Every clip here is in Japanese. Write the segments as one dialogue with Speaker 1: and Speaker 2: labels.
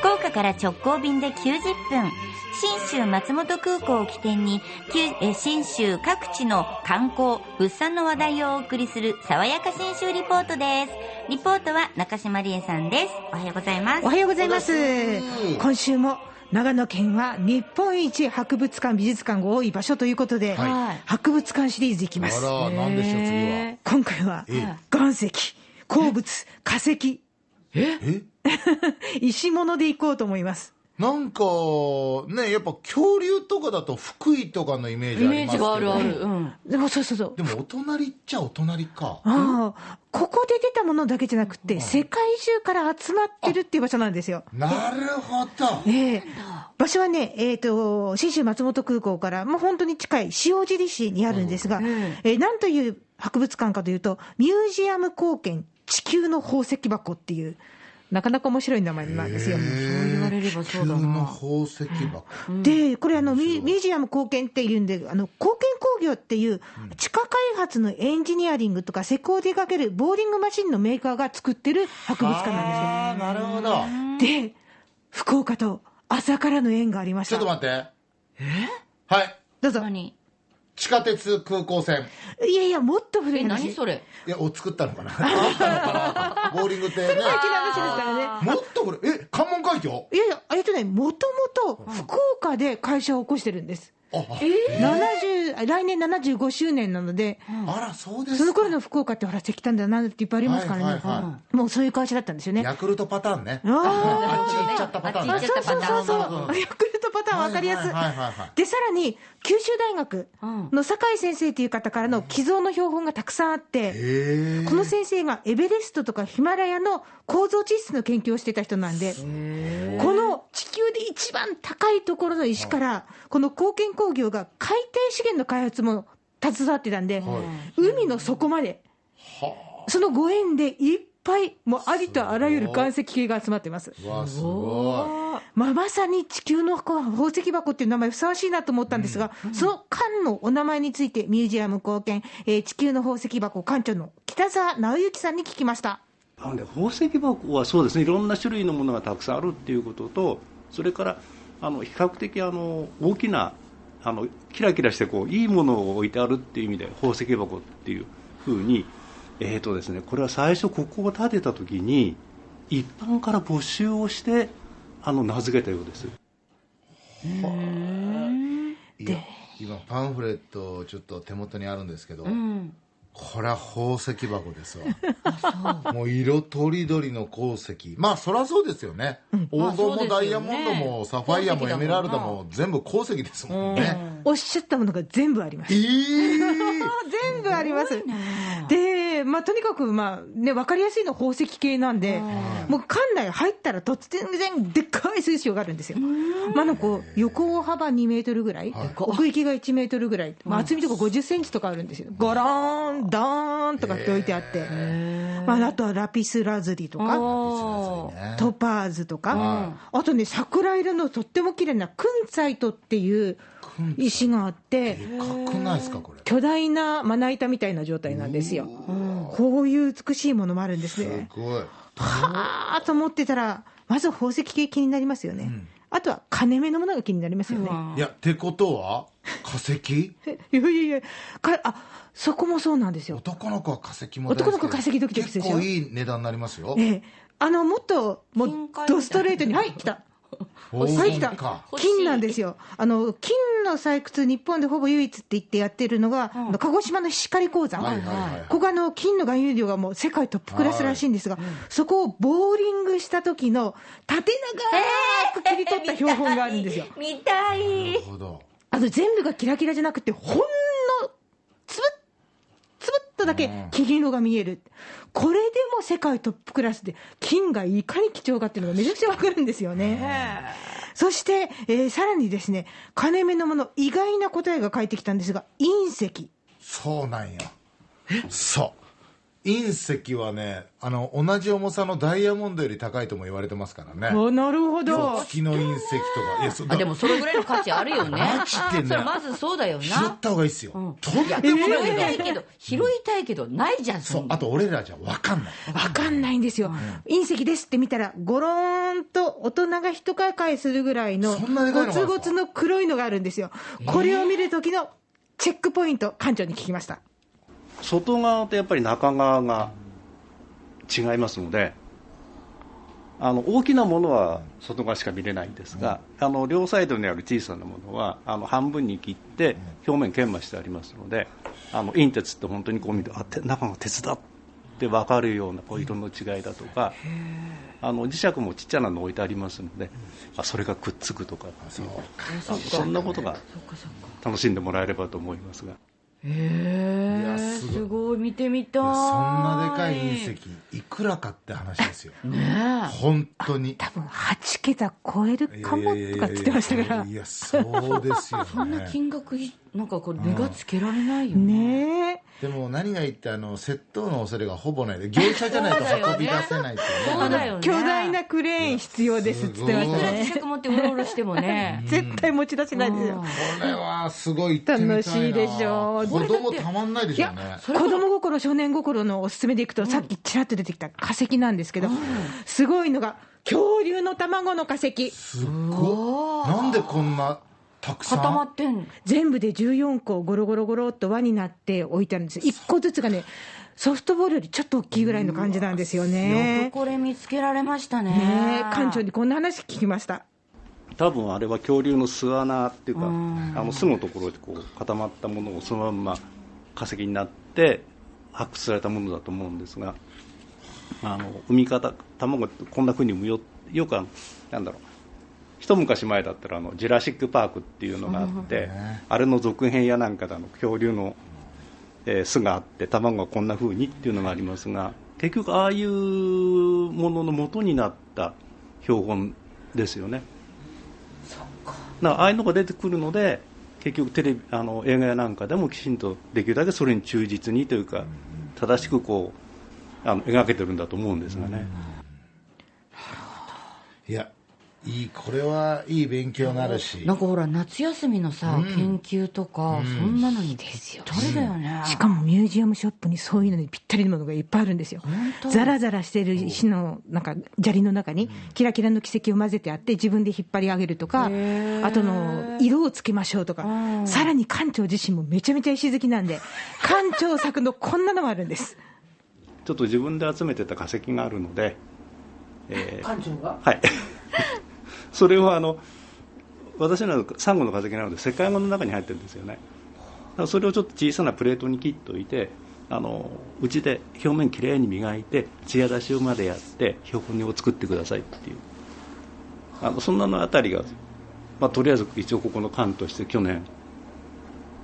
Speaker 1: 福岡から直行便で90分、新州松本空港を起点に、旧え新州各地の観光、物産の話題をお送りする、爽やか新州リポートです。リポートは中島理恵さんです。おはようございます
Speaker 2: お。はようございます
Speaker 3: うん。
Speaker 2: 今週も長野県は日本一博物館、美術館が多い場所ということで、
Speaker 3: はい
Speaker 2: 博物館シリーズいき
Speaker 3: あ
Speaker 2: ます。
Speaker 3: ら、なんでしょう、次は。
Speaker 2: 今回は
Speaker 3: ええ
Speaker 2: 岩石、鉱物、化石、
Speaker 3: え
Speaker 2: 石物で行こうと思います。
Speaker 3: なんか、ね、やっぱ恐竜とかだと福井とかのイメージ
Speaker 4: イ
Speaker 3: あ
Speaker 4: メ
Speaker 3: り
Speaker 4: ー
Speaker 3: ますけ
Speaker 4: ジ
Speaker 3: ど。
Speaker 4: があるある。うん。
Speaker 2: でもそうそうそう。
Speaker 3: でもお隣っちゃお隣か。
Speaker 2: ああここで出たものだけじゃなくて、世界中から集まってるっていう場所なんですよ。
Speaker 3: なるほど。
Speaker 2: ええ場所はね、えっ、と、信州松本空港から、もう本当に近い塩尻市にあるんですが、えーなんという博物館かというと、ミュージアム貢献地球の宝石箱っていう、なかなか面白い名前なんですよ。
Speaker 4: そう言われればそうだ
Speaker 3: 地球の
Speaker 4: な。
Speaker 3: 宝石箱。
Speaker 2: で、これあのミュ、ミュージアム貢献っていうんで、あの貢献工業っていう、地下開発のエンジニアリングとか施工を手掛けるボーリングマシンのメーカーが作ってる博物館なん
Speaker 3: ああー、なるほど。
Speaker 2: ですよ。で、福岡と朝からの縁がありまし
Speaker 3: ちょ
Speaker 2: た。
Speaker 3: っと待って。えはい。
Speaker 2: どうぞ。
Speaker 4: 何
Speaker 3: 地下鉄空港線。
Speaker 2: いやいや、もっと古い
Speaker 4: え、
Speaker 2: 話。
Speaker 4: 何それ
Speaker 3: いや、を作ったの かなあったのかなボーリングってね。
Speaker 2: 大きな話ですからね。
Speaker 3: もっとこれ、え、関門海峡
Speaker 2: いやいや、えっとね、もともと福岡で会社を起こしてるんです。
Speaker 3: あ、
Speaker 2: 70あ来年75周年なので、
Speaker 3: あら、そうですか。
Speaker 2: その頃の福岡ってほら石炭だなんだっていっぱいありますからね、
Speaker 3: はいはいは
Speaker 2: もうそういう会社だったんですよね。
Speaker 3: ヤクルトパターンね。
Speaker 2: あ
Speaker 3: あっち行っちゃったパターン
Speaker 4: あ
Speaker 2: あ
Speaker 4: っち
Speaker 3: ね
Speaker 4: 行。
Speaker 2: そうそうそうそう、ヤクルトパターン分かりやすい
Speaker 3: はいはいはいはい。
Speaker 2: で、さらに九州大学の酒井先生という方からの寄贈の標本がたくさんあって、
Speaker 3: へえ。
Speaker 2: この先生がエベレストとかヒマラヤの構造地質の研究をしてた人なんで、この地球で一番高いところの石から、この貢献工業が海底資源の開発も携わってたんで、海の底まで、そのご縁でいっぱい、もうありとあらゆる岩石系が集まってます。
Speaker 3: わあ、すご
Speaker 2: まあ、まさに地球の宝石箱っていう名前ふさわしいなと思ったんですが、その館のお名前についてミュージアム貢献、えー地球の宝石箱館長の北澤直之さんに聞きました。
Speaker 5: なので宝石箱はそうですねいろんな種類のものがたくさんあるっていうこととそれからあの比較的あの大きなあのキラキラしてこういいものを置いてあるっていう意味で宝石箱っていうふうに、えーとですね、これは最初ここを建てた時に一般から募集をしてあの名付けたようです。
Speaker 3: い。いや今、パンフレットちょっと手元にあるんですけど、これは宝石箱ですわ。もう色とりどりの鉱石。まあ、そらそうですよね。
Speaker 4: ま
Speaker 3: 黄
Speaker 4: あそ
Speaker 3: 金
Speaker 4: う
Speaker 3: も
Speaker 4: ですよ
Speaker 3: ダ
Speaker 4: ね
Speaker 3: イヤモンドもサファイアもエメラルドも全部鉱石ですもんね。
Speaker 2: おっしゃったものが全部あります
Speaker 3: え。ー
Speaker 2: 全部あります。で、まあ、とにかく、まあ、ね、わかりやすいのは宝石系なんで、もう館内入ったら突然、でっかい水晶があるんですよ。まあ、なんかこう、横幅2メートルぐらい、奥行きが1メートルぐらい、まあ、厚みとか50センチとかあるんですよ。ゴローン、ドーンとかって置いてあって、まあ、あとはラピスラズリとか、
Speaker 4: おー
Speaker 3: ね
Speaker 2: トパーズとか、あとね、桜色のとっても綺麗なクンサイトっていう石があって、
Speaker 3: でかくないですか、これ。
Speaker 2: 巨大なまな板みたいな状態なんですよ。こういう美しいものもあるんです
Speaker 3: す
Speaker 2: ね。
Speaker 3: ごい。
Speaker 2: はあと思ってたら、まず宝石系気になりますよね。あとは金目のものが気になりますよね。
Speaker 3: いや、ってことは、化石
Speaker 2: いやいやいや、かあそこもそうなんですよ。
Speaker 3: 男の子は化石も大好き
Speaker 2: 男の子化石ドキドキするでしょ
Speaker 3: 結構いい値段になりますよ。
Speaker 2: ええ、あのもっともう
Speaker 4: 金塊みたい
Speaker 2: ドストレートに、はい、来た。
Speaker 3: 黄
Speaker 2: はい、
Speaker 3: 金
Speaker 2: 来た
Speaker 3: か。。
Speaker 4: 欲しい
Speaker 2: 金なんですよ。あの、金の採掘、日本でほぼ唯一って言ってやってるのが、あの鹿児島の光鉱山。
Speaker 3: はいはいはい
Speaker 2: ここがあの、金の含有量がもう世界トップクラスらしいんですが、そこをボーリングした時の縦長く切り取った標本があるんですよ。
Speaker 1: 見たい
Speaker 3: なるほど。
Speaker 2: あと全部がキラキラじゃなくて、ほんの、つぶっ、つぶっとだけ金色が見える。これでも世界トップクラスで、金がいかに貴重かっていうのがめちゃくちゃわかるんですよね。そして、えーさらにですね、金目のもの、意外な答えが返ってきたんですが、隕石。
Speaker 3: そうなんよ。そう。隕石はね、あの、同じ重さのダイヤモンドより高いとも言われてますからね。
Speaker 2: あなるほど。
Speaker 3: 月の隕石とか。いや、そう
Speaker 4: あ
Speaker 3: だ
Speaker 4: でもそれぐらいの価値あ るよね
Speaker 3: マジでね
Speaker 4: それまずそうだよ
Speaker 3: 拾っ
Speaker 4: な
Speaker 3: た方がいいっすよ。とんで
Speaker 4: 拾
Speaker 3: もない
Speaker 4: い
Speaker 3: ん
Speaker 4: た
Speaker 3: だ
Speaker 4: いけど拾いたいけどないじゃん
Speaker 3: そ
Speaker 4: そ。
Speaker 3: うん
Speaker 4: な
Speaker 3: あと俺らじゃわかんない。
Speaker 2: わかんないんですよ。隕石ですって見たら、ゴローンと大人が一抱えするぐらいの、
Speaker 3: そんなでかいのがあるん
Speaker 2: ゴ
Speaker 3: です
Speaker 2: ツ
Speaker 3: か
Speaker 2: ゴツの黒いのがあるんですよ。これを見る時のチェックポイント、館長に聞きました。
Speaker 5: 外側とやっぱり中側が違いますのであの大きなものは外側しか見れないんですが、あの両サイドにある小さなものはあの半分に切って表面研磨してありますのであの隕鉄って本当にこう見るとあて中が鉄だって分かるようなこう色の違いだとか、あの磁石もちっちゃなの置いてありますので、あそれがくっつくとかっていうあのそんなことが楽しんでもらえればと思いますが。
Speaker 4: へ
Speaker 3: い
Speaker 4: え
Speaker 3: やすごい
Speaker 4: すごい見てみたい
Speaker 3: そんなでかい隕石いくらかって話ですよ
Speaker 4: ね
Speaker 3: 本当に
Speaker 2: 多分8桁超えるかもとかっつってましたから
Speaker 3: い。やそうですよ
Speaker 4: そんな
Speaker 3: ね
Speaker 4: 金額いなんかこれ値がつけられないよね
Speaker 2: ねえ。
Speaker 3: でも何が言ってあの窃盗の恐れがほぼないで業者じゃないと運び出せないっていうね
Speaker 4: そうだよね
Speaker 2: 巨大なクレーン必要ですっつってまし
Speaker 3: い
Speaker 4: いく
Speaker 2: た
Speaker 4: ら
Speaker 2: ね。
Speaker 4: 磁石持ってうろうろしてもね
Speaker 2: 絶対持ち出せないですよ。
Speaker 3: これはすごい行ってみたいな
Speaker 2: 楽しいでしょう
Speaker 3: 子供たまんないで
Speaker 2: い
Speaker 3: しょう
Speaker 2: や
Speaker 3: ね、
Speaker 2: 子供心、少年心のおすすめでいくと、さっきちらっと出てきた化石なんですけど、すごいのが、恐竜の卵の化石、
Speaker 3: すっごいなんでこんなたくさん
Speaker 4: 固まってんの
Speaker 2: 全部で14個、ゴロゴロゴロっと輪になって置いてあるんです、1個ずつがね、ソフトボールよりちょっと大きいぐらいの感じなんですよ
Speaker 4: よく
Speaker 2: ね。
Speaker 4: これ見つけられましたね
Speaker 2: ねえ館長にこんな話聞きました。
Speaker 5: 多分あれは恐竜の巣穴っていうか、あの巣のところでこう固まったものをそのまんま化石になって発掘されたものだと思うんですがあの産み方卵ってこんなふうに産むよよくあのなんだろう一昔前だったらあのジュラシック・パークっていうのがあって、あれの続編やなんかだの恐竜の、えー巣があって卵がこんなふうにっていうのがありますが結局ああいうものの元になった標本ですよね。なああいうのが出てくるので結局テレビあの映画やなんかでもきちんとできるだけそれに忠実にというか正しくこうあの描けてるんだと思うんですがね、
Speaker 3: いやいいこれはいい勉強になるし
Speaker 4: なんかほら夏休みのさ、研究とか、そんなのにですよれだよね、
Speaker 2: しかもミュージアムショップにそういうのにぴったりのものがいっぱいあるんですよ
Speaker 4: 当。
Speaker 2: ザラザラしてる石のなんか砂利の中にキラキラの軌跡を混ぜてあって自分で引っ張り上げるとか、あとの色をつけましょうとか、さらに館長自身もめちゃめちゃ石好きなんで、館長作のこんなのもあるんです。
Speaker 5: ちょっと自分で集めてた化石があるので、えー
Speaker 2: 館長が
Speaker 5: はい それはあの私のサンゴの化石なので世界語の中に入ってるんですよねだからそれをちょっと小さなプレートに切っておいてあのうちで表面きれいに磨いて艶出しをまでやって標本を作ってくださいっていうあのそんなのあたりが、まあ、とりあえず一応ここの館として去年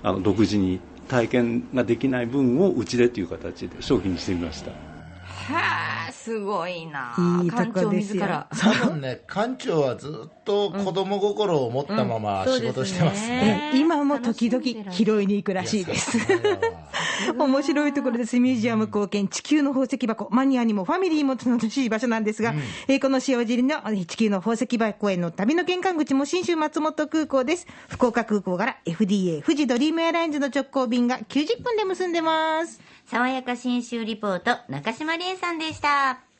Speaker 5: あの独自に体験ができない分をうちでという形で商品にしてみました
Speaker 4: はあすごいない
Speaker 2: いと
Speaker 4: 館
Speaker 2: こ
Speaker 4: 長
Speaker 2: です
Speaker 4: 自
Speaker 2: よ
Speaker 4: ら
Speaker 3: 多分ね館長はずっと子供心を持ったまま仕事してますね,、
Speaker 2: ええ今も時々拾いに行くらしいです。 面白いところです。ミュージアム貢献、地球の宝石箱、マニアにもファミリーも楽しい場所なんですが、えーこの塩尻のえー地球の宝石箱への旅の玄関口も新州松本空港です。福岡空港から FDA、富士ドリームエアラインズの直行便が90分で結んでます。
Speaker 1: 爽やか新州リポート中島理恵さんでした